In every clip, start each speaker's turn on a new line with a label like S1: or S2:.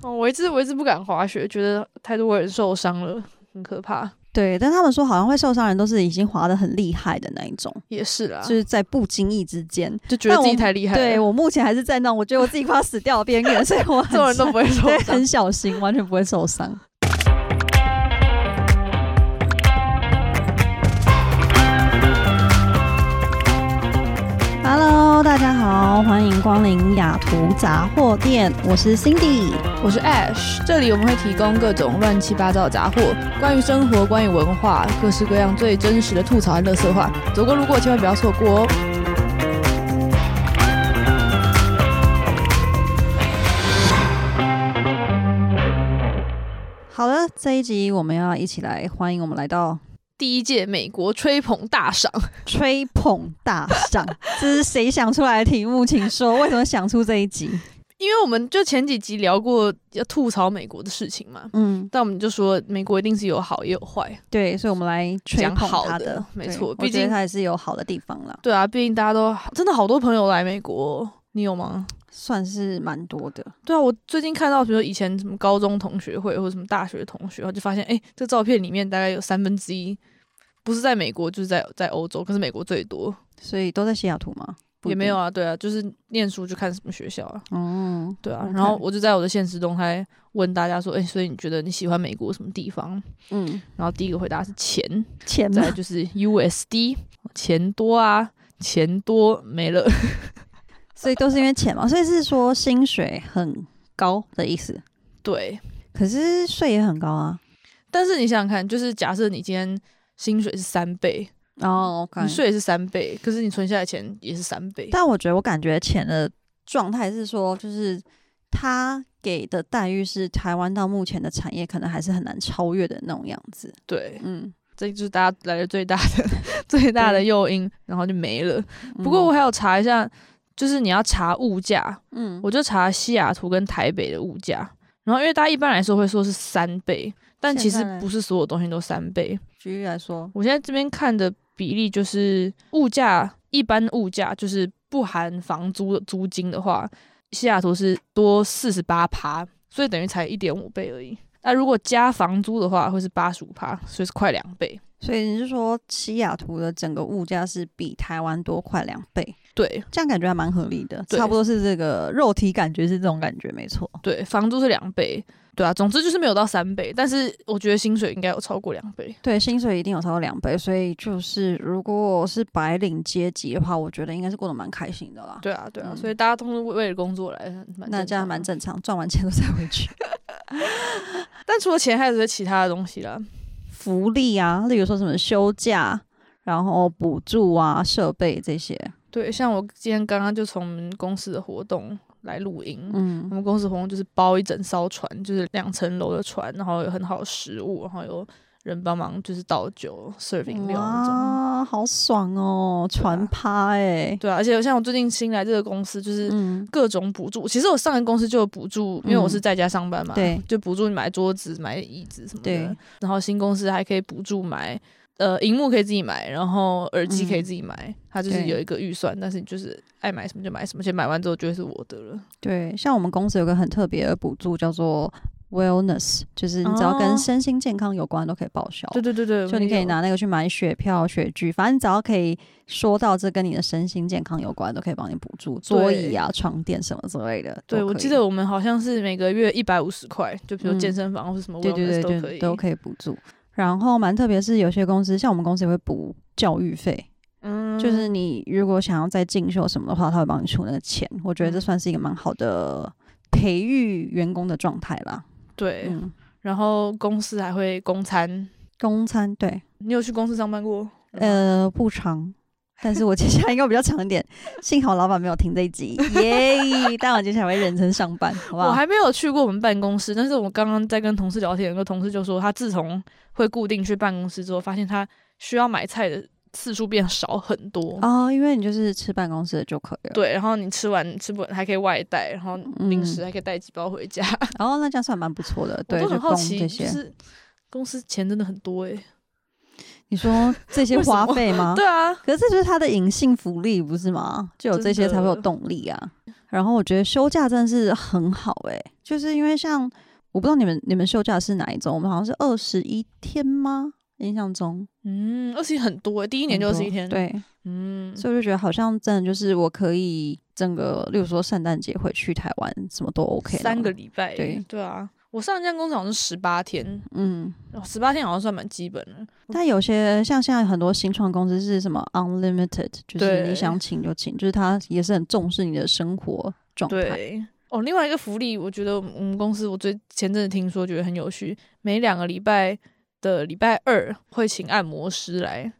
S1: 哦，我一直我一直不敢滑雪，觉得太多人受伤了，很可怕。
S2: 对，但他们说好像会受伤的人都是已经滑得很厉害的那一种，
S1: 也是啦，
S2: 就是在不经意之间。
S1: 就觉得自己太厉害了。
S2: 对我目前还是在那，我觉得我自己快要死掉的边缘，所以我
S1: 这种人都不会受
S2: 对
S1: 伤。
S2: 很小心，完全不会受伤。Hello，大家好，欢迎光临雅图杂货店，我是 Cindy。
S1: 我是 Ash，这里我们会提供各种乱七八糟的杂货，关于生活，关于文化，各式各样最真实的吐槽和乐色话。走过路过千万不要错过哦。
S2: 好的，这一集我们要一起来欢迎我们来到
S1: 第一届美国吹捧大赏，
S2: 吹捧大 赏，这是谁想出来的题目？请说，为什么想出这一集？
S1: 因为我们就前几集聊过要吐槽美国的事情嘛，
S2: 嗯，
S1: 但我们就说美国一定是有好也有坏。
S2: 对，所以我们来吹
S1: 讲
S2: 捧
S1: 好
S2: 他
S1: 的没
S2: 对
S1: 错
S2: 我
S1: 毕
S2: 觉得
S1: 竟
S2: 他也是有好的地方啦，
S1: 对啊，毕竟大家都真的好多朋友来美国哦、你有吗？
S2: 算是蛮多的。
S1: 对啊，我最近看到，比如说以前什么高中同学会或者什么大学同学，我就发现，哎、这照片里面大概有三分之一不是在美国，就是在在欧洲，可是美国最多，
S2: 所以都在西雅图吗？不一
S1: 也
S2: 定
S1: 没有，啊，对啊，就是念书就看什么学校啊，
S2: 哦，
S1: 对啊
S2: OK
S1: 然后我就在我的现实动态问大家说，哎、所以你觉得你喜欢美国什么地方？
S2: 嗯，
S1: 然后第一个回答是钱，
S2: 钱嘛
S1: 再来 就是 USD，钱多啊，钱多没了，
S2: 所以都是因为钱嘛，所以是说薪水很高的意思，
S1: 对，
S2: 可是税也很高啊。
S1: 但是你想想看，就是假设你今天薪水是三倍，
S2: 哦，OK，
S1: 你税也是三倍，可是你存下来钱也是三倍。
S2: 但我觉得我感觉钱的状态是说，就是他给的待遇是台湾到目前的产业可能还是很难超越的那种样子。
S1: 对，
S2: 嗯，
S1: 这就是大家来的最大的 最大的诱因，然后就没了。不过我还有查一下，就是你要查物价，
S2: 嗯，嗯
S1: 我就查西雅图跟台北的物价。然后因为大家一般来说会说是三倍，但其实
S2: 现在嘞
S1: 不是所有东西都三倍。
S2: 举例来说，
S1: 我现在这边看的比例就是物价，一般物价就是不含房租的租金的话，西雅图是多四十八趴，所以等于才一点五倍而已。那如果加房租的话，会是八十五趴，所以是快两倍。
S2: 所以你是说西雅图的整个物价是比台湾多快两倍，
S1: 对
S2: 这样感觉还蛮合理的，
S1: 对
S2: 差不多是这个肉体感觉是这种感觉，没错。
S1: 对，房租是两倍，对啊，总之就是没有到三倍，但是我觉得薪水应该有超过两倍。
S2: 对，薪水一定有超过两倍，所以就是如果我是白领阶级的话，我觉得应该是过得蛮开心的啦。
S1: 对啊，对啊，
S2: 嗯
S1: 所以大家都是为为了工作来，蛮
S2: 那这
S1: 正常
S2: 样
S1: 的
S2: 蛮正常，赚完钱都再回去。
S1: 但除了钱，还有一些其他的东西啦。
S2: 福利啊，例如说什么休假，然后补助啊、设备这些。
S1: 对，像我今天刚刚就从我们公司的活动来录音，
S2: 嗯
S1: 我们公司活动就是包一整艘船，就是两层楼的船，然后有很好的食物，然后有人帮忙就是倒酒、serve
S2: 嗯
S1: 饮料那种。
S2: 哇，好爽哦，船趴哎、
S1: 对啊，而且像我最近新来这个公司，就是
S2: 嗯，
S1: 各种补助。其实我上个公司就有补助，因为我是在家上班嘛，
S2: 对
S1: 就补助你买桌子、买椅子什么的
S2: 对。
S1: 然后新公司还可以补助买。呃，荧幕可以自己买，然后耳机可以自己买，它就是
S2: 嗯对
S1: 有一个预算，但是你就是爱买什么就买什么，而且买完之后就会是我的了。
S2: 对，像我们公司有个很特别的补助，叫做 wellness，就是你只要
S1: 哦
S2: 跟身心健康有关都可以报销。
S1: 对对对对，
S2: 就你可以
S1: 拿。
S2: 拿那个去买雪票、雪具，反正你只要可以说到这跟你的身心健康有关，都可以帮你补助桌椅啊、床垫什么之类的。
S1: 对，
S2: 都
S1: 我
S2: 可
S1: 记
S2: 以
S1: 得我们好像是每个月一百五十块，就比如
S2: 嗯
S1: 健身房或是什么 w
S2: 对
S1: e
S2: 对
S1: l
S2: 对
S1: 可
S2: 对，
S1: 以。
S2: 都可以补助。然后蛮特别是有些公司，像我们公司也会补教育费，
S1: 嗯
S2: 就是你如果想要再进修什么的话，他会帮你出那个钱。我觉得
S1: 嗯
S2: 这算是一个蛮好的培育员工的状态啦。
S1: 对，
S2: 嗯，
S1: 然后公司还会供餐。
S2: 公餐对，
S1: 你有去公司上班过？
S2: 呃，不长。但是我接下来应该比较长一点，幸好老板没有听这一集，耶！但我接下来会认真上班，好不
S1: 我
S2: 好？
S1: 还没有去过我们办公室，但是我刚刚在跟同事聊天，有个同事就说，他自从会固定去办公室之后，发现他需要买菜的次数变少很多。
S2: 哦，因为你就是吃办公室的就可以了。，
S1: 对，然后你吃完吃不完还可以外带，然后
S2: 嗯
S1: 零食还可以带几包回家。
S2: 然哦后那这样算蛮不错的，对，
S1: 啊我都很
S2: 就
S1: 好
S2: 供
S1: 奇，
S2: 这
S1: 就
S2: 些。
S1: 是公司钱真的很多诶、
S2: 你说这些
S1: 为什么
S2: 花费吗？
S1: 对啊，
S2: 可是这就是它的隐性福利，不是吗？就有这些才会有
S1: 真的
S2: 动力啊。然后我觉得休假真的是很好哎、就是因为像我不知道你们你们休假是哪一种，我们好像是二十一天吗？印象中
S1: 嗯，二十一很多欸，第一年就二
S2: 很
S1: 十
S2: 多
S1: 一天，，
S2: 对，
S1: 嗯，
S2: 所以我就觉得好像真的就是我可以整个，例如说圣诞节回去台湾，什么都 OK 了。
S1: 三个礼拜，
S2: 对
S1: 对啊，我上一家公司好像是十八天，哦
S2: 嗯，
S1: 十八天好像算蛮基本的，
S2: 但有些像现在很多新创公司是什么 unlimited，就是
S1: 对
S2: 你想请就请，就是他也是很重视你的生活状态。
S1: 对。哦，另外一个福利，我觉得我们我们公司我最前阵子听说，觉得很有趣。每两个礼拜的礼拜二会请按摩师来，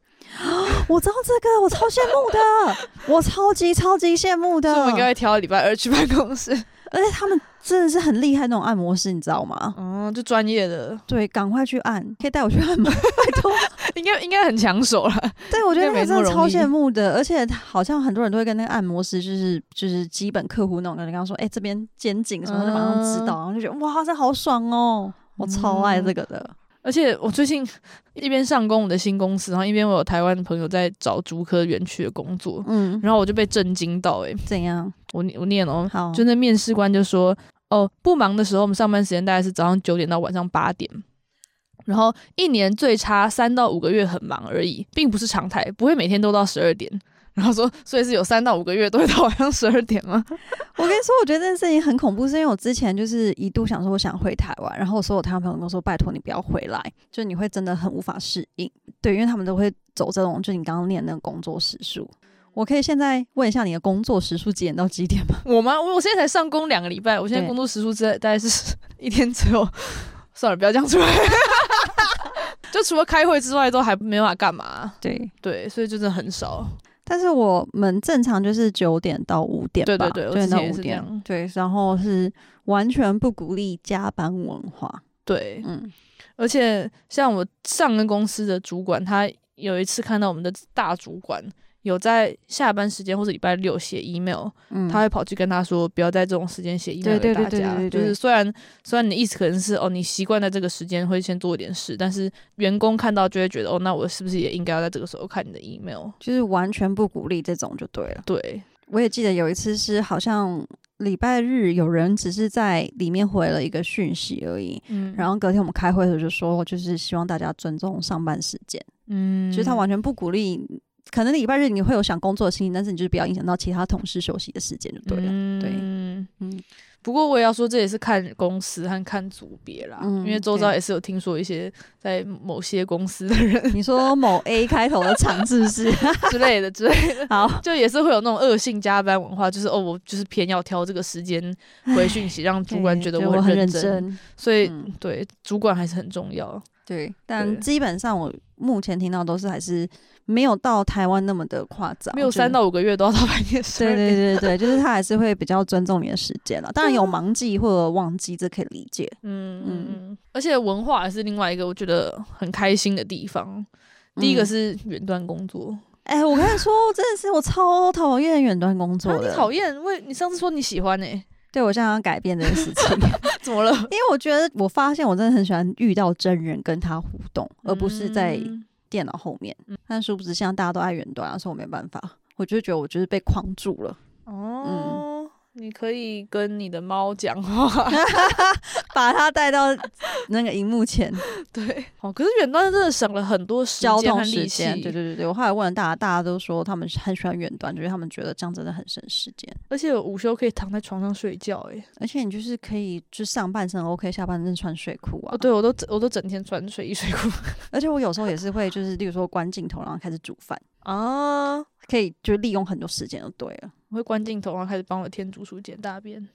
S2: 我知道这个，我超羡慕的，我超级超级羡慕
S1: 所
S2: 的哦
S1: 以。我应该会挑礼拜二去办公室。
S2: 而且他们真的是很厉害那种按摩师，你知道吗？
S1: 哦，就专业的，
S2: 对，赶快去按，可以带我去按吗？ 拜托。
S1: 应该应该很抢手啦。
S2: 对，我觉得
S1: 应该没
S2: 那个
S1: 那
S2: 真
S1: 么
S2: 的超
S1: 容易
S2: 羡慕的，而且好像很多人都会跟那个按摩师，就是就是基本客户那种，跟刚刚说，哎、这边肩颈什么，就马上知
S1: 嗯
S2: 道，然后就觉得哇，这好爽哦，我超爱这个的。
S1: 而且我最近 一边上工我的新公司，然后一边我有台湾的朋友在找竹科园区的工作，
S2: 嗯，
S1: 然后我就被震惊到、欸，
S2: 怎样？
S1: 我我念哦，
S2: 好，
S1: 就那面试官就说，哦，不忙的时候，我们上班时间大概是早上九点到晚上八点。然后一年最差三到五个月很忙而已，并不是常态，不会每天都到十二点。然后说，所以是有三到五个月都会到晚上十二点吗？
S2: 我跟你说，我觉得这件事情很恐怖，是因为我之前就是一度想说我想回台湾，然后我所有台湾朋友跟我说，拜托你不要回来，就你会真的很无法适应。对，因为他们都会走这种，就你刚刚念那个工作时数。我可以现在问一下你的工作时数几点到几点吗？
S1: 我吗？我我现在才上工两个礼拜，我现在
S2: 对
S1: 工作时数在大概是 一天只有，算了，不要这样出来。 就除了开会之外，都还没办法干嘛。
S2: 对，
S1: 对，所以就真的很少。
S2: 但是我们正常就是九点到五点吧，
S1: 对对对我
S2: 九点到
S1: 之前也
S2: 五
S1: 是这
S2: 点
S1: 样，
S2: 对，然后是完全不鼓励加班文化，
S1: 对，
S2: 嗯，
S1: 而且像我上个公司的主管，他有一次看到我们的大主管有在下班时间或者礼拜六写 email，、
S2: 嗯
S1: 他会跑去跟他说，不要在这种时间写 email
S2: 对
S1: 给
S2: 对
S1: 大
S2: 对
S1: 家。
S2: 对对
S1: 就
S2: 对
S1: 是虽然虽然你的意思可能是哦，你习惯在这个时间会先做一点事，但是员工看到就会觉得哦，那我是不是也应该要在这个时候看你的 email？
S2: 就是完全不鼓励这种就对了。
S1: 对，
S2: 我也记得有一次是好像礼拜日有人只是在里面回了一个讯息而已。
S1: 嗯
S2: 然后隔天我们开会的时候就说，就是希望大家尊重上班时间，
S1: 嗯，
S2: 就是他完全不鼓励，可能礼拜日你会有想工作的心情，但是你就是不要影响到其他同事休息的时间就对了。啊对
S1: 嗯
S2: 嗯
S1: 不过我也要说，这也是看公司和看组别啦，
S2: 嗯
S1: 因为周遭
S2: 对
S1: 也是有听说一些在某些公司的人啊
S2: 你说某 A 开头的厂是不是？
S1: 之类的之类的，
S2: 好，
S1: 就也是会有那种恶性加班文化，就是哦，我就是偏要挑这个时间回讯 息，让主管
S2: 对
S1: 觉得
S2: 就
S1: 我
S2: 我
S1: 很
S2: 认
S1: 真，所以、
S2: 嗯
S1: 对主管还是很重要。
S2: 对，但
S1: 对
S2: 基本上我目前听到都是还是没有到台湾那么的夸张，
S1: 没有
S2: 就是
S1: 三。到五个月都要到半夜十
S2: 对
S1: 二
S2: 对
S1: 点，
S2: 对对，就是他还是会比较尊重你的时间了。啊当然有忙季或者旺季，这可以理解。
S1: 嗯
S2: 嗯
S1: 嗯嗯，而且文化也是另外一个我觉得很开心的地方。第一个
S2: 嗯，
S1: 是远端工作，
S2: 哎、我跟你说，真的是我超讨厌远端工作
S1: 啊，你
S2: 的。
S1: 讨厌？为你上次说你喜欢欸呢、
S2: 对我现在要改变这件事情，
S1: 怎么了？
S2: 因为我觉得我发现我真的很喜欢遇到真人跟他互动，而不是在
S1: 嗯
S2: 电脑后面。但殊不知，现在大家都爱远端、啊，所以我没办法。我就觉得我就是被框住了，
S1: 哦。
S2: 嗯
S1: 你可以跟你的猫讲话，
S2: 把它带到那个荧幕前，
S1: 对，哦，可是远端真的省了很多时
S2: 交
S1: 间和
S2: 通时
S1: 力气，
S2: 间。对对对对，我后来问了大家，大家都说他们很喜欢远端，就是他们觉得这样真的很省时间，
S1: 而且我午休可以躺在床上睡觉、欸，哎，
S2: 而且你就是可以就上半身 OK，下半身穿睡裤啊。
S1: 哦，对，我都我都整天穿睡衣睡裤
S2: 而且我有时候也是会就是，例如说关镜头，然后开始煮饭，
S1: 啊，我
S2: 可以就利用很多时间就对了，
S1: 会关镜头，然后开始帮我的天竺鼠捡大便，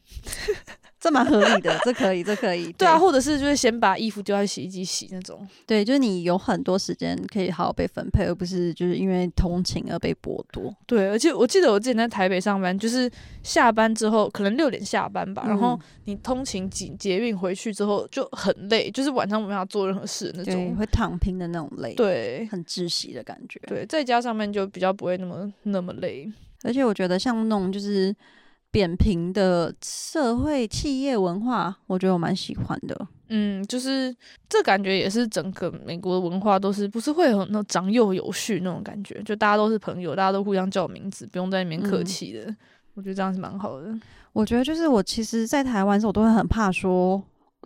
S2: 这蛮合理的，这可以，这可以。
S1: 对啊，或者是就是先把衣服丢在洗衣机洗那种，
S2: 对，就是你有很多时间可以好好被分配，而不是就是因为通勤而被剥夺。
S1: 对，而且我记得我之前在台北上班，就是下班之后可能六点下班吧，然后
S2: 嗯
S1: 你通勤捷捷运回去之后就很累，就是晚上没办法做任何事那
S2: 对，
S1: 种。
S2: 会躺平的那种累，，
S1: 对
S2: 很窒息的感觉。，
S1: 对，在家上面就比较不会那么那么累。
S2: 而且我觉得像那种就是扁平的社会企业文化，我觉得我蛮喜欢的。
S1: 嗯，就是这感觉也是整个美国的文化都是不是会有那种长幼有序那种感觉，就大家都是朋友，大家都互相叫名字，不用在那边客
S2: 嗯
S1: 气的。嗯我觉得这样是蛮好的。
S2: 我觉得就是我其实，在台湾的时候，我都会很怕说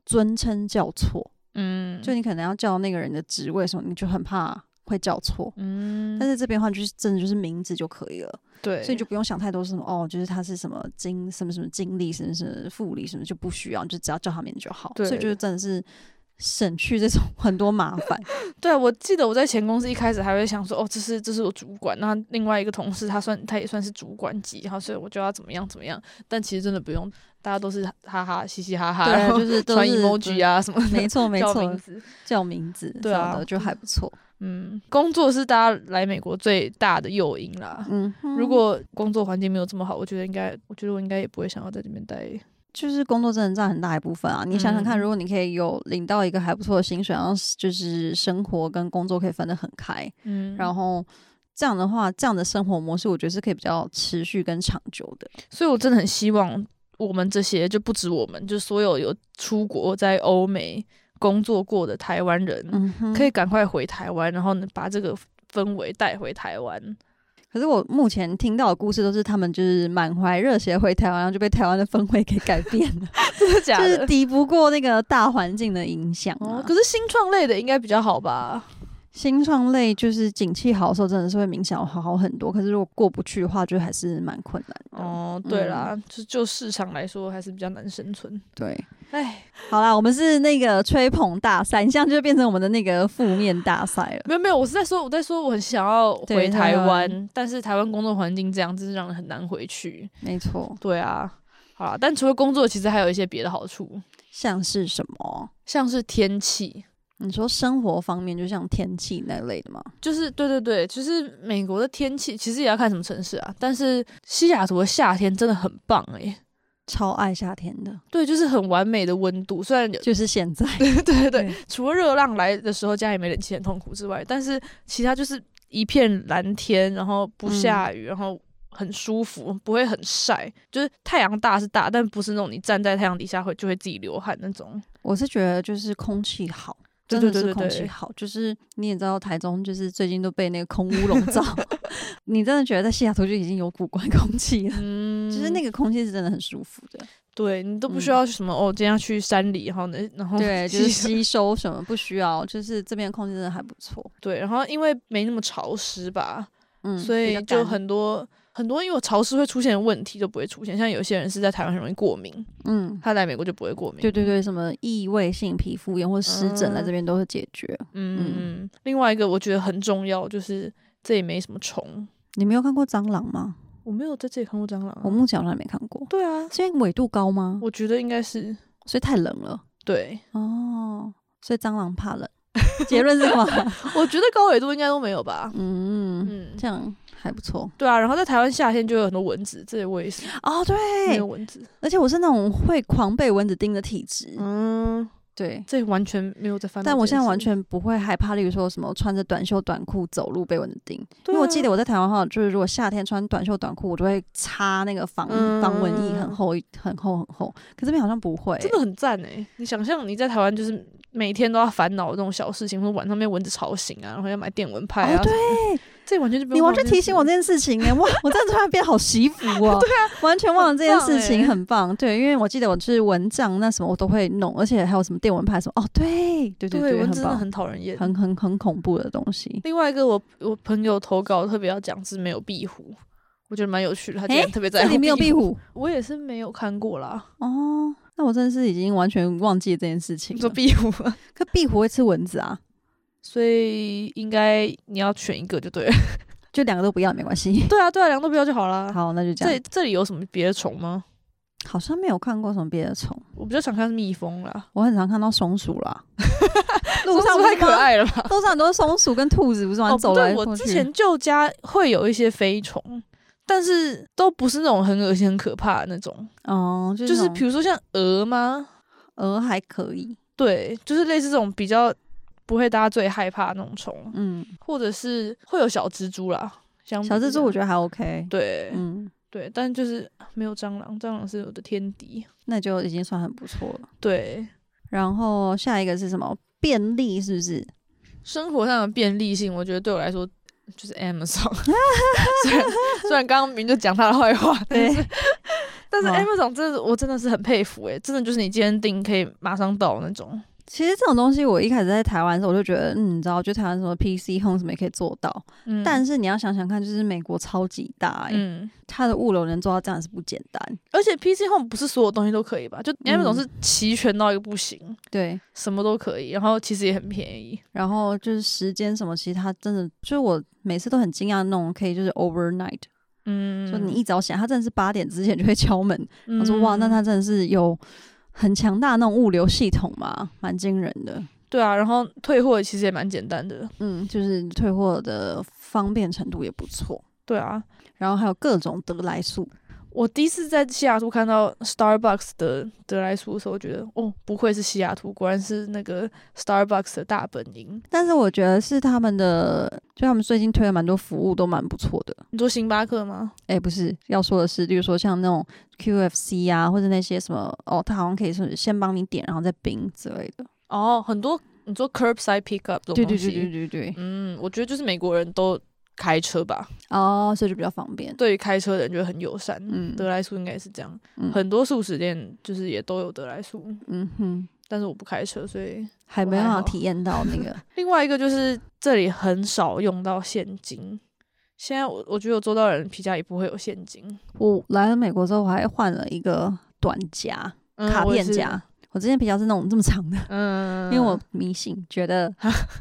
S2: 尊称叫错，
S1: 嗯，
S2: 就你可能要叫那个人的职位什么，你就很怕会叫错。
S1: 嗯，
S2: 但
S1: 是
S2: 是这边的话，就是真的就是名字就可以了，
S1: 对，
S2: 所以你就不用想太多是什么哦，就是他是什么经什么什么经理，什么什么副理什么就不需要，你就只要叫他名字就好。
S1: 对
S2: 所以就是真的是省去这种 很多麻 烦。
S1: 对，啊我记得我在前公司一开始还会想说，哦，这是这是我主管，那另外一个同事他算他也算是主管级，然后所以我就要怎么样怎么样。但其实真的不用，大家都是哈哈嘻嘻哈哈，
S2: 对啊，
S1: 然后
S2: 就是都
S1: 传
S2: 是
S1: emoji 啊什么
S2: 没
S1: 的，
S2: 错没
S1: 叫
S2: 错，
S1: 名字。
S2: 叫名字
S1: 对啊
S2: 什么的就还不错。
S1: 嗯，工作是大家来美国最大的诱因啦。
S2: 嗯哼，
S1: 如果工作环境没有这么好，我觉得应该，我觉得我应该也不会想要在这边待。
S2: 嗯就是工作真的占很大一部分啊！你想想看，
S1: 嗯
S2: 如果你可以有领到一个还不错的薪水，然后就是生活跟工作可以分得很开，
S1: 嗯，
S2: 然后这样的话，这样的生活模式，我觉得是可以比较持续跟长久的。
S1: 所以我真的很希望我们这些就不止我们，就所有有出国在欧美工作过的台湾人，
S2: 嗯哼
S1: 可
S2: 以。
S1: 以赶快回台湾，然后呢把这个氛围带回台湾。
S2: 可是我目前听到的故事都是他们就是满怀热血回台湾，然后就被台湾的氛围给改变了，
S1: 真的假
S2: 就
S1: 的？
S2: 是敌不过那个大环境的影响、
S1: 哦，
S2: 啊。
S1: 可是新创类的应该比较好吧？
S2: 新创类就是景气好的时候，真的是会明显好好很多。可是如果过不去的话，就还是蛮困难的。
S1: 哦，对啦，
S2: 嗯
S1: 就就市场来说还是比较难生存。
S2: 对，
S1: 哎，
S2: 好啦，我们是那个吹捧大赛，你现在就变成我们的那个负面大赛了。
S1: 没有没有，我是在说我在说我很想要回
S2: 对
S1: 台
S2: 台
S1: 湾，但是台湾工作环境这样，真是让人很难回去。
S2: 没错，
S1: 对啊，好啦，但除了工作，其实还有一些别的好处，
S2: 像是什么？
S1: 像是天气。
S2: 你说生活方面，就像天气那类的吗？
S1: 就是对对对，就是美国的天气其实也要看什么城市啊，但是西雅图的夏天真的很棒欸诶、
S2: 超爱夏天的，
S1: 对，就是很完美的温度。虽然有
S2: 就是现在。
S1: 对对对
S2: 对，
S1: 除了热浪来的时候家里没冷气很痛苦之外，但是其他就是一片蓝天，然后
S2: 嗯
S1: 不下雨，然后很舒服，不会很晒。就是太阳大是大，但不是那种你站在太阳底下会就会自己流汗那种。
S2: 我是觉得就是空气好。
S1: 对
S2: 真
S1: 对对
S2: 的是
S1: 对
S2: 空
S1: 对
S2: 气好，就是你也知道台中就是最近都被那个空污笼 罩，你真的觉得在西雅图就已经有古怪空气了，
S1: 嗯，
S2: 就是那个空气是真的很舒服的。
S1: 对你都不需要什么、哦，今天要去山里，然后呢，然后
S2: 嗯对，就是
S1: 吸
S2: 吸收什么不需要，就是这边空气真的还不错，
S1: 对，然后因为没那么潮湿吧，
S2: 嗯，
S1: 所
S2: 比较
S1: 以就
S2: 干
S1: 很多很多因为潮湿会出现的问题都不会出现。像有些人是在台湾很容易过敏，
S2: 嗯，
S1: 他来美国就不会过敏。
S2: 对对对，什么异位性皮肤炎或湿疹来
S1: 嗯
S2: 这边都会解决。
S1: 嗯，另外一个我觉得很重要就是这里没什么虫，
S2: 你没有看过蟑螂吗？
S1: 我没有在这里看过蟑螂、啊。
S2: 我目前好像还没看过。
S1: 对啊，
S2: 这边纬度高吗？
S1: 我觉得应该是
S2: 所以太冷了
S1: 对，
S2: 哦，所以蟑螂怕冷。结论 是什么？
S1: 我觉得高纬度应该都没有吧。
S2: 嗯，
S1: 嗯，
S2: 这样还不错
S1: 对啊，然后在台湾夏天就有很多蚊子，这里我也是嗯
S2: 哦。
S1: 没
S2: 对
S1: 有，蚊子。
S2: 而且我是那种会狂被蚊子叮的体质，
S1: 嗯，
S2: 对。
S1: 这里完全没有在翻。
S2: 但我现在完，全不会害怕，例如说什么穿着短袖短裤走路被蚊子叮，因
S1: 对
S2: 为
S1: 啊
S2: 我记得我在台湾的话，就是如果夏天穿短袖短裤，我就会擦那个防、
S1: 嗯
S2: 防蚊液，很厚一很厚很厚。可这边好像不会、
S1: 真的很赞哎、你想象你在台湾就是每天都要烦恼这种小事情，或者晚上被蚊子吵醒啊，然后要买电蚊拍啊什么
S2: 哦，
S1: 的、
S2: 对，
S1: 这里完全就不用
S2: 你完全
S1: 烦恼
S2: 提醒我
S1: 这
S2: 这件事情哎、哇，我真的突然变好惜福 哦、对啊，完全忘了这件事情，
S1: 很棒欸
S2: 很棒。对，因为我记得我就是蚊帐那什么我都会弄，而且还有什么电蚊拍什么，哦，对，对
S1: 件事
S2: 对，
S1: 对，蚊子
S2: 很
S1: 真的
S2: 棒，
S1: 很讨人厌。
S2: 很很很恐怖的东西。
S1: 另外一个我我朋友投稿特别要讲是没有壁虎，我觉得蛮有趣的，他竟然
S2: 诶
S1: 特别 在
S2: 这
S1: 乎、
S2: 里没有壁，虎
S1: 我也是没有看过啦。
S2: 哦，那我真的是已经完全忘记这件事情
S1: 你说
S2: 了。
S1: 壁虎吗，
S2: 可壁虎会吃蚊子啊，
S1: 所以应该你要选一个就对了。
S2: 就两个都不要没关系。
S1: 对啊，对啊，两个都不要就好啦。
S2: 好，那就这样
S1: 这。这里有什么别的虫吗？
S2: 好像没有看过什么别的虫，
S1: 我比较常看是蜜蜂啦，
S2: 我很常看到松鼠 啦，路
S1: 松鼠
S2: 上不
S1: 太
S2: 是
S1: 可
S2: 吗，
S1: 爱了吧？
S2: 路上很多松鼠跟兔子，不是
S1: 哦，
S2: 往
S1: 不
S2: 走来
S1: 对，
S2: 过
S1: 我
S2: 去。
S1: 之前旧家会有一些飞虫，但是都不是那种很恶心、很可怕的那种，
S2: 哦，就
S1: 就是是
S2: 那
S1: 比
S2: 种
S1: 如说像蛾吗？
S2: 鹅还可以，
S1: 对，就是类似这种比较不会大家最害怕的那种虫，
S2: 嗯，
S1: 或者是会有小蜘蛛啦，像
S2: 小蜘蛛我
S1: 得
S2: 觉得还 OK，
S1: 嗯对、
S2: 嗯，
S1: 对，但就是没有蟑螂，蟑螂是我的天敌。
S2: 那就已经算很不错了。
S1: 对，
S2: 然后下一个是什么？便利是不是？
S1: 生活上的便利性，我觉得对我来说就是 Amazon，虽然虽然刚刚明就讲他的坏话，但
S2: 哎
S1: 是但是
S2: 哦
S1: Amazon 真的我真的是很佩服诶、欸真的就是你今天订可以马上到那种。
S2: 其实这种东西，我一开始在台湾的时候，我就觉得，嗯，你知道，就台湾什么 PC Home 什么也可以做到，
S1: 嗯
S2: 但是你要想想看，就是美国超级大、欸，
S1: 嗯，
S2: 它的物流能做到这样是不简单。
S1: 而且 PC Home 不是所有东西都可以吧？就
S2: 嗯
S1: Amazon 是齐全到一个不行，
S2: 对，
S1: 什么都可以，然后其实也很便宜。
S2: 然后就是时间什么，其实它真的，就是我每次都很惊讶那种可以就是 overnight，、
S1: 嗯，
S2: 就你一早想，它真的是八点之前就会敲门。
S1: 嗯
S2: 我说哇，那它真的是有很强大的那种物流系统嘛，蛮惊人的。
S1: 对啊，然后退货其实也蛮简单的。
S2: 嗯，就是退货的方便程度也不错，
S1: 对啊，
S2: 然后还有各种得来速，
S1: 我第一次在西雅图看到 Starbucks 的德莱苏的时候，我觉得哦，不愧是西雅图，果然是那个 Starbucks 的大本营。
S2: 但是我觉得是他们的，就他们最近推了蛮多服务都蛮不错的。
S1: 你说星巴克吗？
S2: 哎、不是，要说的是，例如说像那种 QFC 啊，或者那些什么哦，它好像可以是先帮你点，然后再冰之类的。
S1: 哦，很多你说 curbside pickup 这种
S2: 对
S1: 东
S2: 对
S1: 西
S2: 对对对对，
S1: 嗯，我觉得就是美国人都开车吧，
S2: 哦，所以就比较方便。
S1: 对于开车的人觉得很友善。
S2: 嗯
S1: 德莱素应该是这样，
S2: 嗯
S1: 很多素食店就是也都有德莱素，
S2: 嗯哼，
S1: 但是我不开车，所以
S2: 还没
S1: 我还
S2: 办法
S1: 好
S2: 体验到那 个
S1: 另外一个就是这里很少用到现金。现在我我觉得我周到的人皮夹里不会有现金，
S2: 我来了美国之后，我还换了一个短夹、
S1: 嗯
S2: 卡片，
S1: 我也是
S2: 夹。我之前皮夹是那种这么长的，
S1: 嗯，
S2: 因为我迷信，觉得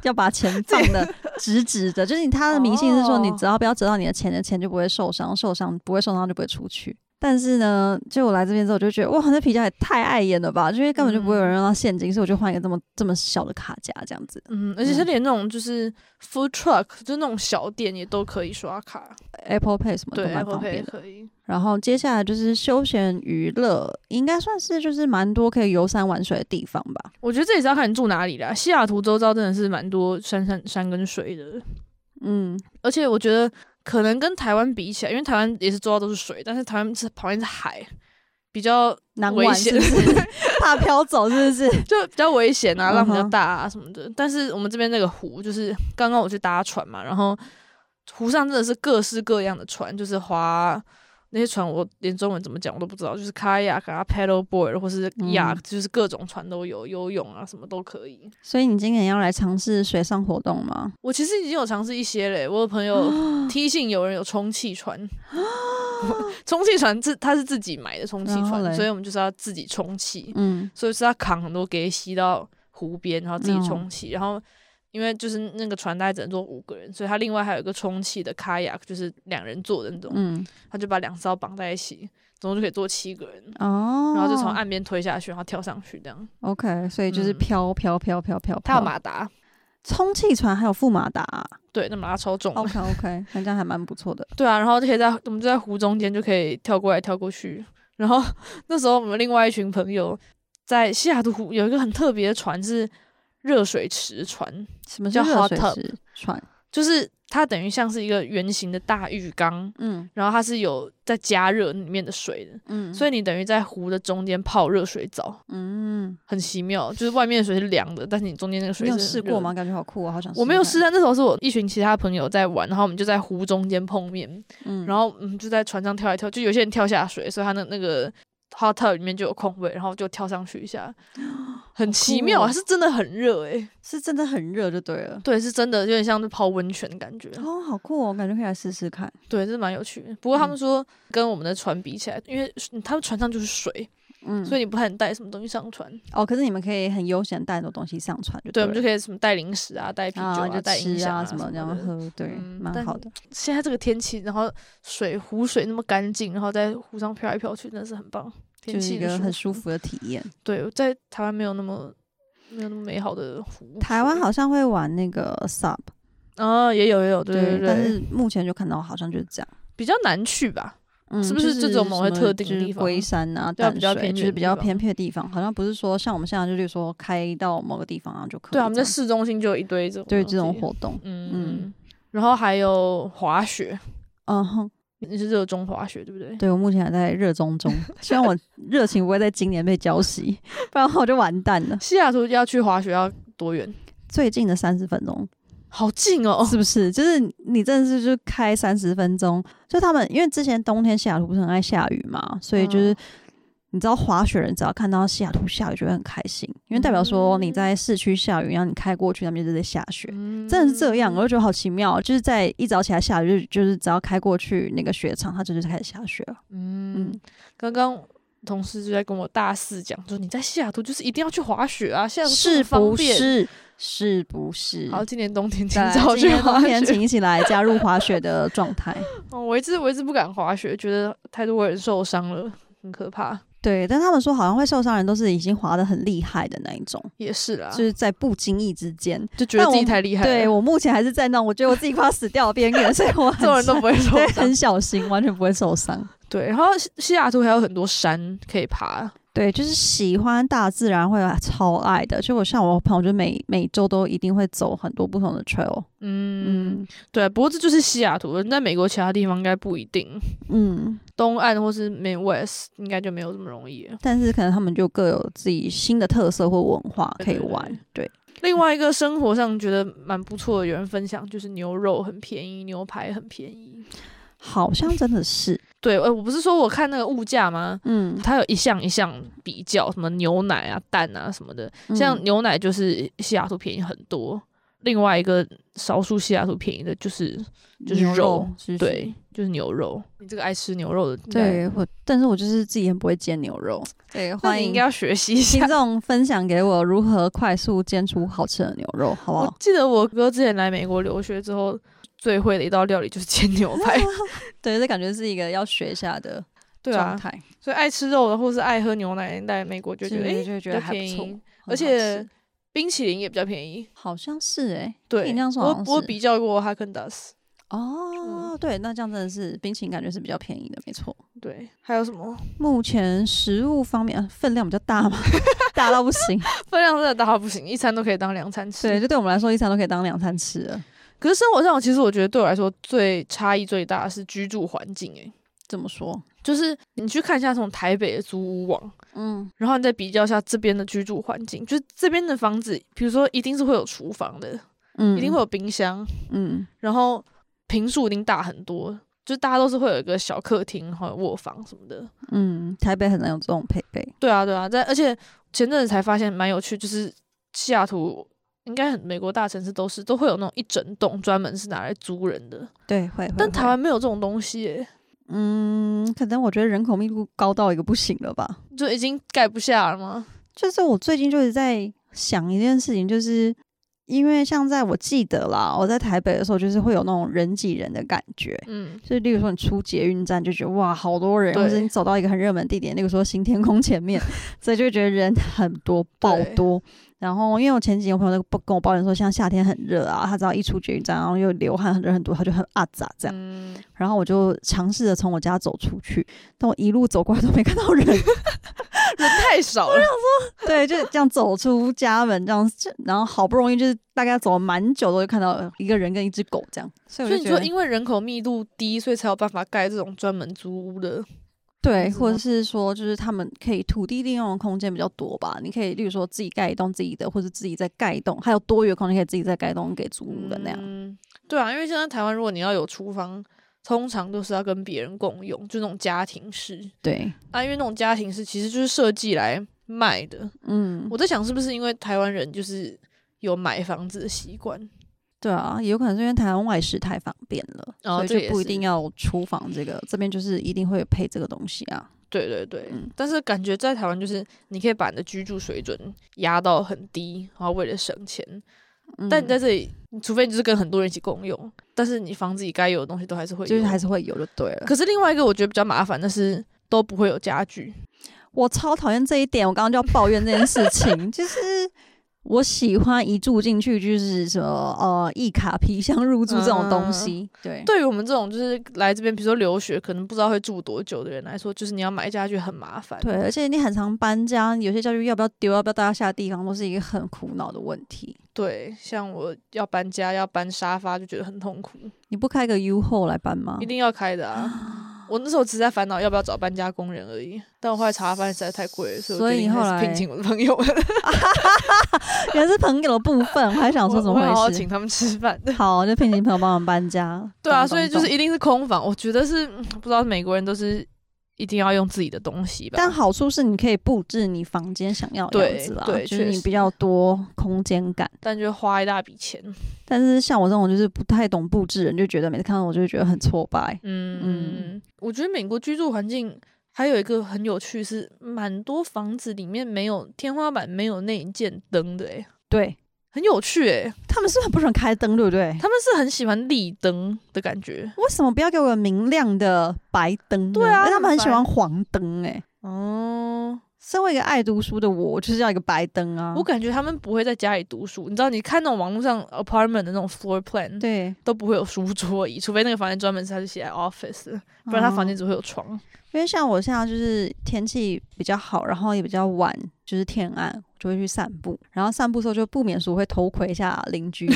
S2: 要把钱放的直直的，就是你他的迷信是说，你
S1: 哦
S2: 只要不要折到你的钱，你的钱就不会受伤，受伤不会受伤就不会出去。但是呢，就我来这边之后，我就觉得哇，这皮夹也太碍眼了吧，就因为根本就
S1: 嗯
S2: 不会有人用到现金，所以我就换一个这么这么小的卡夹这样子。
S1: 嗯，而且是连那种就是 food truck，就是那种小店也都可以刷卡，
S2: Apple Pay 什么都
S1: 对
S2: 蛮
S1: ，Apple
S2: 方
S1: Pay 也
S2: 便的。
S1: 可以。
S2: 然后接下来就是休闲娱乐，应该算是就是蛮多可以游山玩水的地方吧。
S1: 我觉得这也是要看你住哪里啦。西雅图周遭真的是蛮多山山山跟水的，
S2: 嗯，
S1: 而且我觉得可能跟台湾比起来，因为台湾也是周遭都是水，但是台湾是旁边是海，比较
S2: 难
S1: 危
S2: 玩是
S1: 险
S2: 不 是？怕飘走是不是？
S1: 就比较危险啊，
S2: 嗯哼
S1: 浪比较大啊什么的。但是我们这边那个湖，就是刚刚我去搭船嘛，然后湖上真的是各式各样的船，就是划那些船，我连中文怎么讲我都不知道，就是 kayak 啊、paddle board 或是
S2: 嗯
S1: yacht，、就是各种船都有，游泳啊什么都可以。
S2: 所以你今年要来尝试水上活动吗？
S1: 我其实已经有尝试一些嘞，我有朋 友提醒有人有充气船， 充气船是他是自己买的充气
S2: 然后嘞
S1: 船，所以我们就是要自己充气。
S2: 嗯，
S1: 所以是要扛很多给吸到湖边，然后自己
S2: 嗯
S1: 充气，然后。因为就是那个船大概只能坐五个人，所以他另外还有一个充气的 kayak，就是两人坐的那种，
S2: 嗯
S1: 他就把两艘绑在一起，总共就可以坐七个人，
S2: 哦，
S1: 然后就从岸边推下去，然后跳上去这样。
S2: OK，所以就是
S1: 嗯
S2: 飘飘飘飘飘，
S1: 他有
S2: 飘
S1: 马哦达，
S2: 充气船，还有副马达、
S1: 对，那马达超重的
S2: OK OK，那这样还蛮不错的。
S1: 哦对啊，然后就可以在我们就在湖中间就可以跳过来跳过去。然后那时候我们另外一群朋友在西雅图湖有一个很特别的船是热水池船，
S2: 什么是
S1: 叫
S2: 热
S1: hot
S2: 水
S1: tub
S2: 池船？
S1: 就是它等于像是一个圆形的大浴缸，
S2: 嗯
S1: 然后它是有在加热里面的水的，
S2: 嗯，
S1: 所
S2: 以
S1: 以你等于在湖的中间泡热水澡，
S2: 嗯，
S1: 很奇 妙。就是外面的水是凉的，但是你中间那个水是
S2: 你有
S1: 很
S2: 试
S1: 热
S2: 过
S1: 的
S2: 吗？？感觉好酷啊，好想试。
S1: 我没有试，，但那时候是我一群其他朋友在玩，然后我们就在湖中间碰面，
S2: 嗯，
S1: 然后嗯就在船上跳来跳，就有些人跳下水，所以他那那个 hot tub 里面就有空位，然后就跳上去一 下，很奇妙，
S2: 好酷
S1: 它
S2: 哦
S1: 是真的很热诶、
S2: 是真的很热就对了。
S1: 对，是真的有点像是泡温泉的感觉。
S2: 哦，好酷哦，感觉可以来试试看。
S1: 对，这蛮有趣的。不过他
S2: 嗯
S1: 们说跟我们的船比起来，因为嗯他们船上就是水，
S2: 嗯，
S1: 所
S2: 以
S1: 以你不太能带什么东西上船。
S2: 哦，可是你们可以很悠闲带很多东西上船就
S1: 对，
S2: 对
S1: 我
S2: 了，
S1: 们就可以什么带零食啊，带啤酒
S2: 啊就
S1: 带音
S2: 吃
S1: 响
S2: 啊
S1: 什
S2: 什么这样
S1: 的。
S2: 喝，对，
S1: 嗯
S2: 蛮
S1: 但
S2: 好的。
S1: 现在这个天气，然后水湖水那么干净，然后在湖上飘来飘去，真的是很棒。天
S2: 就是
S1: 气
S2: 一个很舒
S1: 舒。
S2: 服的体验。
S1: 对，我在台湾没有那么没有那么美好的湖。
S2: 台湾好像会玩那个 sub，
S1: 啊，也有也有，对对
S2: 但
S1: 对，
S2: 是目前就看到好像就是这样，
S1: 比较难去吧。
S2: 嗯，
S1: 是不是
S2: 就
S1: 这种某些
S2: 什么
S1: 特定的
S2: 就是
S1: 地方
S2: 龟山啊、
S1: 对啊
S2: 淡
S1: 比
S2: 水，
S1: 较偏远
S2: 就是比较
S1: 的地方
S2: 偏僻的地方，好像不是说像我们现在就是说开到某个地方然后就可以这
S1: 对啊，
S2: 样。
S1: 我们在市中心就有一堆这种
S2: 对
S1: 东
S2: 这种
S1: 西
S2: 活动，
S1: 嗯，嗯然后还有滑雪，
S2: 嗯哼，
S1: 你是热衷滑雪对不对？
S2: 对我目前还在热 衷中，希望我热情不会在今年被浇熄，不然我就完蛋了。
S1: 西雅图要去滑雪要多远？
S2: 最近的三十分钟
S1: 好近哦，
S2: 是不是？就是你真的是就开三十分钟，就他们因为之前冬天西雅图不是很爱下雨嘛，所以就是、
S1: 嗯
S2: 你知道滑雪人只要看到西雅图下雨就会很开心，因为代表说你
S1: 嗯
S2: 在市区下雨，然后你开过去他们就是在下雪，嗯真的是这样，我就觉得好奇妙哦，就是在一早起来下雨，就就是只要开过去那个雪场，它就是开始下雪了。
S1: 嗯
S2: 嗯，
S1: 刚刚同事就在跟我大四讲，说你在西雅图就是一定要去滑雪啊，西雅图这么
S2: 是
S1: 方
S2: 不
S1: 便？
S2: 是？是不是？
S1: 好，今年冬天请
S2: 对
S1: 早
S2: 今
S1: 去
S2: 天
S1: 滑
S2: 冬天，
S1: 雪。
S2: 请一起来加入滑雪的 状态。
S1: 哦，我一直我一直不敢滑雪，觉得太多人受伤了，很可怕。
S2: 对，但他们说好像会受伤的人都是已经滑得很厉害的那一种，
S1: 也是啦，
S2: 就是在不经意之间。
S1: 就觉得
S2: 但
S1: 自己
S2: 我
S1: 太厉害了，
S2: 对我目前还是在那种我觉得我自己快要死掉的边缘，所以我很
S1: 这种人都不会受
S2: 对
S1: 伤
S2: 很。小心，完全不会受伤。
S1: 对，然后西西雅图还有很多山可以爬，
S2: 对，就是喜欢大自然会超爱的。就我像我朋友，就每每周都一定会走很多不同的 trail。
S1: 嗯，
S2: 嗯
S1: 对，不过这就是西雅图，在美国其他地方应该不一定，
S2: 嗯，
S1: 东岸或是 Midwest 应该就没有这么容易了。
S2: 但是可能他们就各有自己新的特色或文化可以玩。对，
S1: 另外一个生活上觉得蛮不错的，有人分享就是牛肉很便宜，牛排很便宜。
S2: 好像真的 是，
S1: 对，呃，我不是说我看那个物价吗？
S2: 嗯，
S1: 它有一项一项比较，什么牛奶啊、蛋啊什么的。像
S2: 嗯
S1: 牛奶就是西雅图便宜很多，另外一个少数西雅图便宜的就是就是
S2: 牛
S1: 肉
S2: 是不是
S1: 对，就是牛肉。你这个爱吃牛肉的，应该，
S2: 对，我但是我就是自己很不会煎牛肉。 对，
S1: 那
S2: 欢
S1: 你
S2: 迎
S1: 应该要学习一
S2: 听
S1: 下。
S2: 众分享给我如何快速煎出好吃的牛 肉，好不
S1: 我
S2: 好？
S1: 记得我哥之前来美国留学之后，最会的一道料理就是煎牛 排。
S2: 对，这感觉是一个要学一下 的
S1: 对
S2: 状
S1: 啊，
S2: 态，
S1: 所以爱吃肉的或是爱喝牛奶，在美国就觉得
S2: 是
S1: 诶
S2: 就会
S1: 比
S2: 觉
S1: 较
S2: 得还
S1: 便
S2: 不错，
S1: 宜
S2: 很，好
S1: 而且
S2: 吃
S1: 冰淇淋也比较便宜。
S2: 好像是哎，
S1: 对
S2: 你那样，说好
S1: 我
S2: 像
S1: 我
S2: 是
S1: 比较过哈根达斯，
S2: 哦，对，那这样真的是冰淇淋感觉是比较便宜的，没错。
S1: 对，还有什么
S2: 目前食物方面啊分量比较大 嘛，大到不行。
S1: 分量真的大到不行，一餐都可以当两餐吃。
S2: 对，，就对我们来说，一餐都可以当两餐吃了。
S1: 可是生活上，其实我觉得对我来说最差异最大的是居住环境、欸，
S2: 这么说，
S1: 就是你去看一下从台北的租屋网，
S2: 嗯，
S1: 然后你再比较一下这边的居住环境，就是这边的房子，比如说一定是会有厨房的，
S2: 嗯
S1: 一定会，有冰箱，
S2: 嗯，
S1: 然后平数一定大很多，就大家都是会有一个小客厅还有卧房什么的。
S2: 嗯，台北很难有这种配备，
S1: 对啊，对啊，在而且前阵子才发现蛮有趣，就是西雅图应该很美国大城市都是都会有那种一整栋专门是拿来租人的，
S2: 对，会。会
S1: 但台
S2: 会
S1: 湾没有这种东西、欸，
S2: 嗯，可能我觉得人口密度高到一个不行了吧。
S1: 就已经盖不下了吗？
S2: 就是我最近就是在想一件事情，就是因为像在我记得啦，我在台北的时候，就是会有那种人挤人的感觉。
S1: 嗯，
S2: 就是例如说你出捷运站就觉得哇好多人，
S1: 对
S2: 或者你走到一个很热门的地点，例如说新天空前面， 所以就会觉得人很多爆多。然后因为我前几年有朋友都跟我抱怨说，像夏天很热啊，他只要一出捷运站，然后又流汗，人很多，他就很啊咋这样。
S1: 嗯，
S2: 然后我就尝试着从我家走出去，但我一路走过来都没看到人，
S1: 人太少了，
S2: 对，就这样走出家门这样，就然后好不容易就是大概走了蛮久，都就看到一个人跟一只狗这样，所以啊
S1: 所
S2: 我
S1: 以你
S2: 就觉
S1: 说
S2: 得
S1: 因为人口密度低，所以才有办法盖这种专门租屋的，
S2: 对，
S1: 你知
S2: 或
S1: 道
S2: 者是说就是他们可以土地利用的空间比较多吧，你可以例如说自己盖一栋自己的，或者自己再盖一栋，还有多余的空间可以自己再盖一栋给租屋的那样。
S1: 嗯，对啊，因为现在台湾如果你要有厨房，通常都是要跟别人共用，就那种家庭式
S2: 对，
S1: 啊，因为那种家庭式其实就是设计来卖的。
S2: 嗯
S1: 我，在想是不是因为台湾人就是有买房子的习惯，
S2: 对啊，也有可能是因为台湾外食太方便了，
S1: 哦这
S2: 所以
S1: 也
S2: 就不一
S1: 是
S2: 定要有厨房这个，这边就是一定会有配这个东西啊。
S1: 对对对，
S2: 嗯
S1: 但是感觉在台湾就是你可以把你的居住水准压到很低，然后为了省钱，但你在
S2: 嗯
S1: 这里，除非你就是跟很多人一起共用，但是你房子里该有的东西都还是会有。
S2: 就是还是会有就对了。
S1: 可是另外一个我觉得比较麻烦的是都不会有家具，
S2: 我超讨厌这一点，我刚刚就要抱怨这件事情，就是我喜欢一住进去就是什么呃一卡皮箱入住这种
S1: 嗯
S2: 东西，对
S1: 对于我们这种就是来这边，比如说留学，可能不知道会住多久的人来说，就是你要买家具很麻烦。
S2: 对，而且你很常搬家，有些家具要不要丢，要不要带到下地方，都是一个很苦恼的问题。
S1: 对，像我要搬家要搬沙发，就觉得很痛苦，
S2: 你不开个 U 后来搬吗
S1: 一？定要开的 啊。我那时候只是在烦恼要不要找搬家工人而已，但我后来查发现实在太贵了，所以我
S2: 所以
S1: 决定
S2: 你后
S1: 还是聘
S2: 来
S1: 请我的朋友们。
S2: 原来是朋友的部分，我还想说怎么
S1: 我会好好
S2: 回事
S1: 请。他们吃饭 的。
S2: 好，就聘请朋友帮我们搬家。
S1: 对啊，
S2: 懂
S1: 所以就。
S2: 懂
S1: 是
S2: 懂
S1: 一定是空房。我觉得是嗯不知道美国人都是一定要用自己的东西吧。
S2: 但好处是你可以布置你房间想要的
S1: 对
S2: 样子啦，
S1: 对
S2: 就是
S1: 确
S2: 你
S1: 实
S2: 比较多空间感。
S1: 但就花一大笔钱。
S2: 但是像我这种就是不太懂布置的人，就觉得每次看到我就会觉得很挫败。
S1: 嗯，我觉得美国居住环境还有一个很有趣是，蛮多房子里面没有天花板，没有内建灯的、欸，
S2: 对
S1: 很有趣诶、
S2: 他们是不是很不喜欢开灯，对不对？
S1: 他们是很喜欢立灯的感觉。
S2: 为什么不要给我明亮的白灯呢？
S1: 对啊
S2: 因为他们
S1: 很
S2: 很喜欢黄灯哎、
S1: 哦，
S2: 身为一个爱读书的我，我就是要一个白灯啊。
S1: 我感觉他们不会在家里读书。你知道，你看那种网络上 apartment 的那种 floor plan，
S2: 对，
S1: 都不会有书桌椅，除非那个房间专门是他是写在
S2: 哦
S1: office，的不然他房间
S2: 嗯
S1: 只会有床。
S2: 因为像我现在就是天气比较好，然后也比较晚，就是天暗，我就会去散步。然后散步的时候就不免俗会偷窥一下 邻居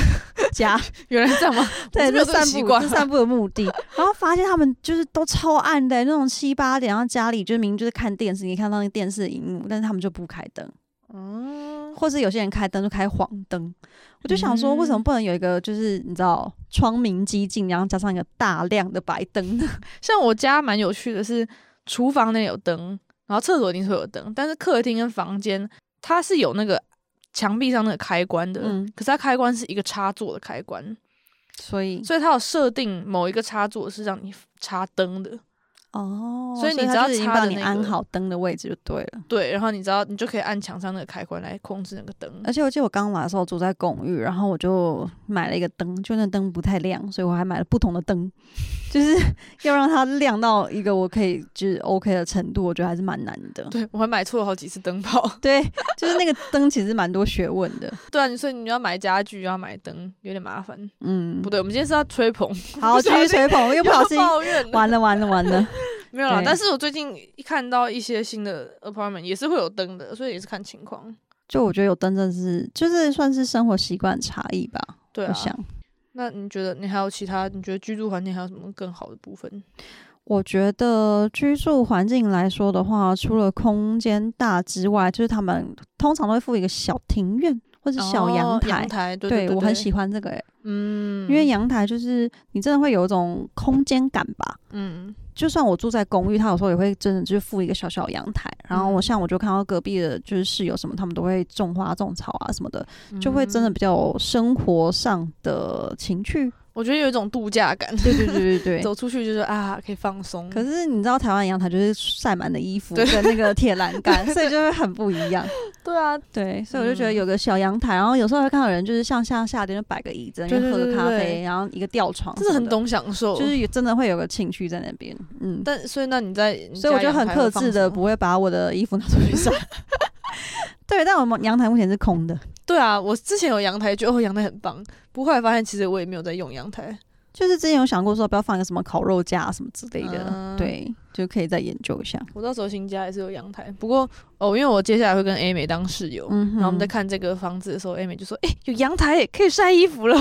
S2: 家，
S1: 原来是这样吗？
S2: 对，
S1: 我没有
S2: 就
S1: 这个
S2: 散
S1: 习
S2: 步，
S1: 惯
S2: 这是散步的目 的。然后发现他们就是都超暗的、那种七八点，然后家里就明明就是看电视，你看到那个电视荧幕，但是他们就不开灯，
S1: 嗯，
S2: 或是有些人开灯就开黄灯。我就想说，为什么
S1: 嗯
S2: 不能有一个就是你知道窗明几净，然后加上一个大量的白灯呢？
S1: 像我家蛮有趣的是，厨房那里有灯，然后厕所一定是会有灯，但是客厅跟房间它是有那个墙壁上那个开关的，
S2: 嗯
S1: 可是它开关是一个插座的开关，
S2: 所以
S1: 所以它有设定某一个插座是让你插灯的，
S2: 哦，
S1: 所以你
S2: 它
S1: 只要
S2: 就是已经
S1: 插
S2: 帮
S1: 的
S2: 你
S1: 那
S2: 安
S1: 个嗯
S2: 好灯的位置就对了。
S1: 对，然后你知道你就可以按墙上那个开关来控制那个灯，
S2: 而且我记得我刚来的时候住在公寓，然后我就买了一个灯，就那灯不太亮，所以我还买了不同的灯，就是 要让它亮到一个我可以就是 OK 的程度，我觉得还是蛮难的。
S1: 对我还买错了好几次灯泡，
S2: 对，就是那个灯其实蛮多学问的。
S1: 对啊，你所以你要买家具，要买灯，有点麻烦。
S2: 嗯
S1: 不，对，我们今天是要吹捧，
S2: 好，
S1: 不
S2: 继
S1: 小
S2: 续
S1: 心
S2: 吹捧，又不 小
S1: 要
S2: 心，
S1: 抱怨啊了。
S2: 完了完了完了。
S1: 没有啦，
S2: 对
S1: 但是我最近一看到一些新的 apartment 也是会有灯的，所以也是看情况。
S2: 就我觉得有灯真的是，就是算是生活习惯差异吧。
S1: 对
S2: 我
S1: 啊，
S2: 想，
S1: 那你觉得你还有其他？你觉得居住环境还有什么更好的部分？
S2: 我觉得居住环境来说的话，除了空间大之外，就是他们通常都会附一个小庭院或者小阳
S1: 哦
S2: 台。
S1: 阳台，对
S2: 对
S1: 对，
S2: 我很喜欢这个、欸，
S1: 嗯，
S2: 因为阳台就是你真的会有一种空间感吧。
S1: 嗯
S2: 就算我住在公寓，它有时候也会真的就是附一个小小阳台。然后
S1: 嗯
S2: 我像我就看到隔壁的就是室友什么，他们都会种花种草啊什么的，
S1: 嗯
S2: 就会真的，比较有生活上的情趣。
S1: 我觉得有一种度假感，
S2: 对对对对对。
S1: 走出去就是啊，可以放松。
S2: 可是你知道台湾阳台就是晒满的衣服
S1: 对
S2: 跟那个铁栏杆， 所以就会很不一样。
S1: 对啊，
S2: 对，所以我就觉得
S1: 嗯
S2: 有个小阳台，然后有时候会看到有人就是像像夏天就摆个椅子，然后
S1: 对对
S2: 喝个
S1: 对
S2: 咖
S1: 对
S2: 啡，然后一个吊床什
S1: 真
S2: 么的，
S1: 的很懂享受。
S2: 就是有真的会有个情趣在那边，嗯，
S1: 但所以那你在，你
S2: 所以我
S1: 家
S2: 就
S1: 阳
S2: 很
S1: 台
S2: 克
S1: 会放
S2: 制的
S1: 什么
S2: 不会把我的衣服拿出去晒。 对，但我们阳台目前是空的，
S1: 对啊，我之前有阳台，觉得哦阳台很棒，不过后来发现其实我也没有在用阳台。
S2: 就是之前有想过说不要放一个什么烤肉架什么之类的，
S1: 嗯
S2: 对，就可以再研究一下。
S1: 我到时候新家也是有阳台，不过哦，因为我接下来会跟 A 美当室友，
S2: 嗯哼，
S1: 然后我们在看这个房子的时候，A 美就说：“哎、有阳台耶，可以晒衣服了。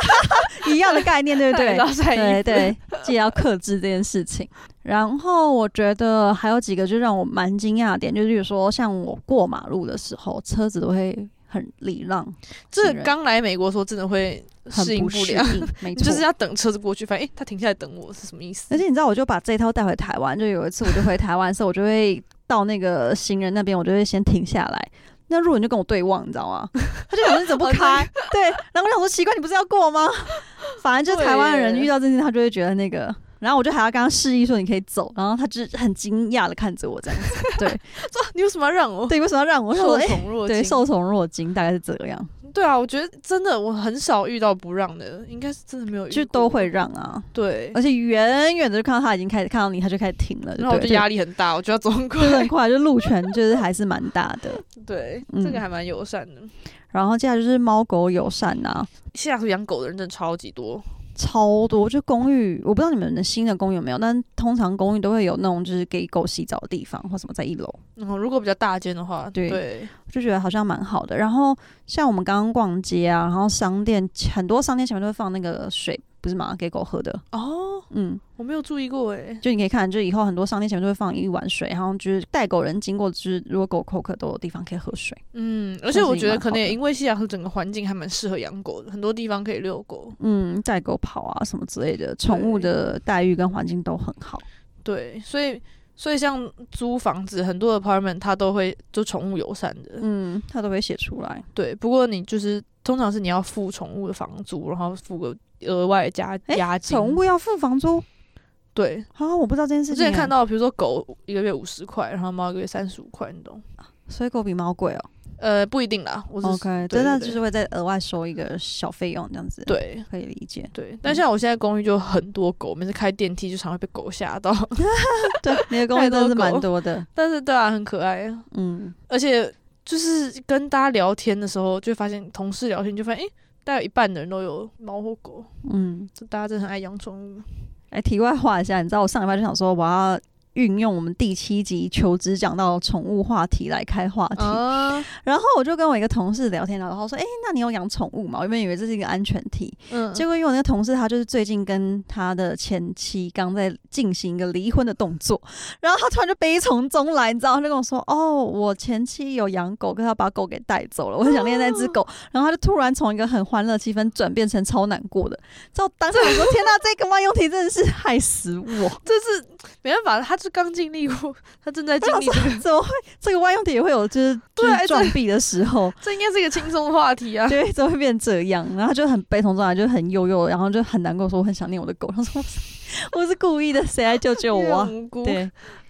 S2: 一样的概念， 对”不对？
S1: 要晒衣服。
S2: 对对，记得要克制这件事情。然后我觉得还有几个就让我蛮惊讶的点，就是比如说像我过马路的时候，车子都会很礼让，
S1: 这刚来美国的时候真的会
S2: 很
S1: 适应
S2: 不
S1: 不
S2: 适
S1: 良，
S2: 应，没
S1: 你
S2: 错。
S1: 就是要等车子过去，发现哎、他停下来等我是什么意思
S2: 而？且你知道，我就把这一套带回台湾。就有一次，我就回台湾的时候，我就会到那个行人那边，我就会先停下来。那路人就跟我对望，你知道吗？他就想说你怎么不开？对，然后我想说奇怪，你不是要过吗？反正就台湾人
S1: 对耶
S2: 遇到这件事，他就会觉得那个。然后我就还要跟他示意说你可以走，然后他就是很惊讶的看着我这样子。
S1: 说你为什么要让我？
S2: 啊对，为什么要让我？我想
S1: 受
S2: 说哎、
S1: 宠若惊、
S2: 对，受宠若惊，大概是这个样，
S1: 对啊，我觉得真的我很少遇到不让的，应该是真的没有遇过，
S2: 就都会让啊。
S1: 对。
S2: 而且远远的就看到他已经开始看到你，他就开始停了，
S1: 然后我
S2: 对
S1: 就
S2: 了
S1: 压力很大，我就要走很快
S2: 就。是很快，就路权就是还是蛮大的。
S1: 对，
S2: 嗯
S1: 这个还蛮友善的。
S2: 然后接下来就是猫狗友善啊，
S1: 西雅图养狗的人真的超级多，
S2: 超多。就公寓，我不知道你们的新的公寓有没有，但通常公寓都会有那种就是给狗洗澡的地方或什么在一楼，
S1: 然后如果比较大间的话，
S2: 对
S1: 对
S2: 就觉得好像蛮好的。然后像我们刚刚逛街啊，然后商店很多商店前面都会放那个水不是吗？给狗喝的，
S1: 哦，
S2: 嗯，
S1: 我没有注意过哎。
S2: 就你可以看，就以后很多商店前面都会放一碗水，然后就是带狗人经过，就是如果狗口渴都有地方可以喝水。
S1: 嗯，而
S2: 算
S1: 且
S2: 是
S1: 我
S2: 一
S1: 觉得
S2: 蛮
S1: 可
S2: 好
S1: 能也
S2: 的
S1: 因为西雅图整个环境还蛮适合养狗的，很多地方可以遛狗。
S2: 嗯，带狗跑啊什么之类的，宠物
S1: 对
S2: 的待遇跟环境都很好。
S1: 对，
S2: 嗯
S1: 所以所以像租房子，很多 apartment 它都会就宠物友善的。
S2: 嗯，它都会写出来。
S1: 对，不过你就是通常是你要付宠物的房租，然后付个额外加
S2: 诶
S1: 押金。
S2: 宠物要付房租
S1: 对，
S2: 啊？我不知道这件
S1: 我
S2: 事
S1: 之
S2: 情欸。
S1: 前看到，比如说狗一个月五十块，然后猫一个月三十五块，你懂？
S2: 所以狗比猫贵哦。哦
S1: 呃，不一定啦，我是
S2: OK，
S1: 对
S2: 真的
S1: 对
S2: 就是会再额外收一个小费用这样子。，
S1: 对。
S2: 可以理解
S1: 对，但像我现在公寓就很多狗，每次开电梯就常会被狗吓到。
S2: 对，你的工
S1: 太
S2: 作
S1: 多
S2: 真的是蛮
S1: 狗
S2: 多的。
S1: 但是对啊，很可爱啊，
S2: 嗯，
S1: 而且就是跟大家聊天的时候，就会发现同事聊天就发现，诶，大概有一半的人都有猫或狗，
S2: 嗯，
S1: 这大家真的很爱养宠物。
S2: 哎，题外话一下，你知道我上礼拜就想说我要运用我们第七集求职讲到宠物话题来开话题，
S1: 啊，
S2: 然后我就跟我一个同事聊天，然后他说：“哎、那你有养宠物吗？”我原本以为这是一个安全题，
S1: 嗯，
S2: 结果因为我那个同事他就是最近跟他的前妻刚在进行一个离婚的动作， 然后他突然就悲从中来，你知道，他就跟我说：“哦，我前妻有养狗，可是他把狗给带走了，我很想念那只
S1: 哦
S2: 狗。然后他就突然从一个很欢乐气氛转变成超难过的，之后当时我说：“天哪，这个万用题真的是害死我！”
S1: 这是没办法，他是刚经历过，他正在经历这个，
S2: 怎么会这个万用题也会有就是就是
S1: 对，
S2: 撞壁的时候
S1: 这应该是一个轻松的话题 啊。
S2: 对，怎么会变这样？然后他就很悲从中来，就很悠悠，然后就很难过说我很想念我的狗。他说 我是故意的，谁来救救
S1: 因为
S2: 我、啊
S1: 很？无辜，
S2: 对，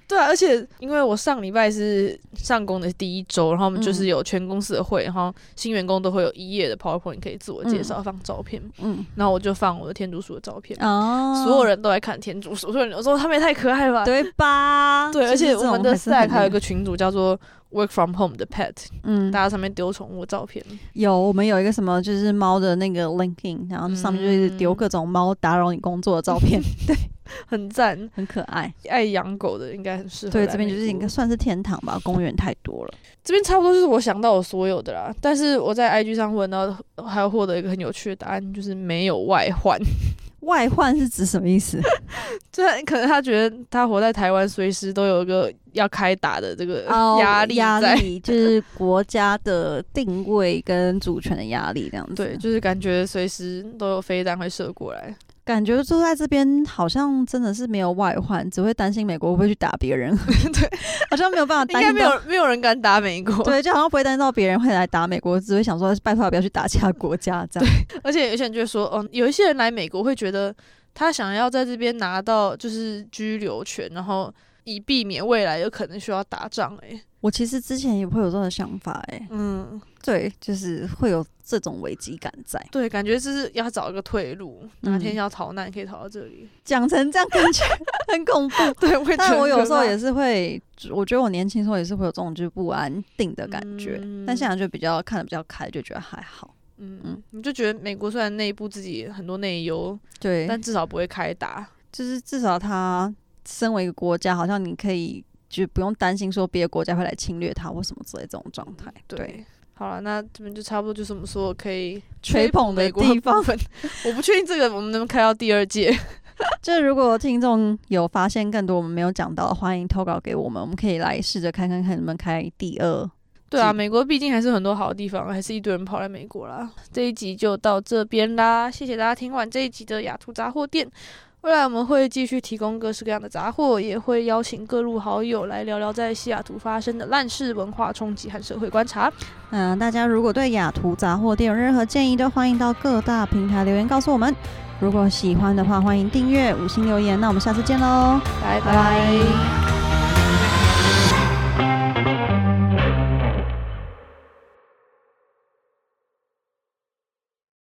S1: 对啊，而且因为我上礼拜是上工的第一周，然后我们就是
S2: 嗯
S1: 有全公司的会，然后新员工都会有一页的 PowerPoint 可以自我介绍、放照片，
S2: 嗯，
S1: 然后我就放我的天竺鼠的照片，
S2: 哦，
S1: 所有人都在看天竺鼠，所有人都说他们也太可爱了吧。
S2: 对吧？
S1: 对，而且
S2: 啊就是这
S1: 我们
S2: 种
S1: 的
S2: 还是很
S1: Slack 还有一
S2: 厉害
S1: 个群组叫做 Work from Home 的 Pet，、
S2: 嗯
S1: 大，家上面丢宠物照片。
S2: 有我们有一个什么就是猫的那个 linking，然后上面就是
S1: 嗯
S2: 丢各种猫打扰你工作的照片，
S1: 很赞，
S2: 很可爱。
S1: 爱养狗的应该很适合来美
S2: 对，
S1: 国。
S2: 这边就是应该算是天堂吧，公园太多了。
S1: 这边差不多就是我想到我所有的啦。但是我在 IG 上问到，还有获得一个很有趣的答案，就是没有外 患。
S2: 外患是指什么意思？
S1: 这可能他觉得他活在台湾，随时都有一个要开打的这个
S2: 哦
S1: 呃压力
S2: 压
S1: 在。
S2: 力就是国家的定位跟主权的压力这样子。啊
S1: 对，，就是感觉随时都有飞弹会射过来。
S2: 感觉住在这边好像真的是没有外患，只会担心美国会不会去打别人。
S1: 对，
S2: 好像没有办法
S1: 应
S2: 担
S1: 该
S2: 心
S1: 没
S2: 到。
S1: 有没有人敢打美国。
S2: 对，就好像不会担心到别人会来打美国，只会想说拜托不要去打其他国家这样。
S1: 而且有些人就会说，哦，有一些人来美国会觉得他想要在这边拿到就是居留权，然后以避免未来有可能需要打仗、欸。
S2: 我其实之前也会有这种想法哎、
S1: 嗯，
S2: 对，就是会有这种危机感在。
S1: 对，感觉就是要找一个退路，哪天
S2: 嗯
S1: 要逃难可以逃到这里。
S2: 讲成这样感觉很恐 怖，
S1: 对，我也觉
S2: 但
S1: 得
S2: 我
S1: 很
S2: 有
S1: 可
S2: 时候
S1: 怕
S2: 也是会，我觉得我年轻时候也是会有这种就是不安定的感觉，
S1: 嗯
S2: 但现在就比较看的比较开，就觉得还好。
S1: 嗯
S2: 嗯，
S1: 你就觉得美国虽然内部自己很多内忧，
S2: 对，
S1: 但至少不会开打。
S2: 就是至少它身为一个国家，好像你可以就不用担心说别的国家会来侵略它或什么之类这种状态。
S1: 对，好了，那这边就差不多就是我们说我可以
S2: 吹捧的
S1: 美国的
S2: 地方
S1: 部，分。 我不确定这个我们能不能开到第二届。
S2: 就如果听众有发现更多我们没有讲到的，欢迎投稿给我们，我们可以来试着看看看能不能开第二。
S1: 对啊，
S2: 是
S1: 美国毕竟还是有很多好的地方，还是一堆人跑来美国啦。这一集就到这边啦，谢谢大家听完这一集的雅图杂货店。未来我们会继续提供各式各样的杂货，也会邀请各路好友来聊聊在西雅图发生的烂事、文化冲击和社会观察。
S2: 嗯、大家如果对雅图杂货店有任何建议，都欢迎到各大平台留言告诉我们。如果喜欢的话，欢迎订阅、五星留言。那我们下次见喽，
S1: 拜
S2: 拜拜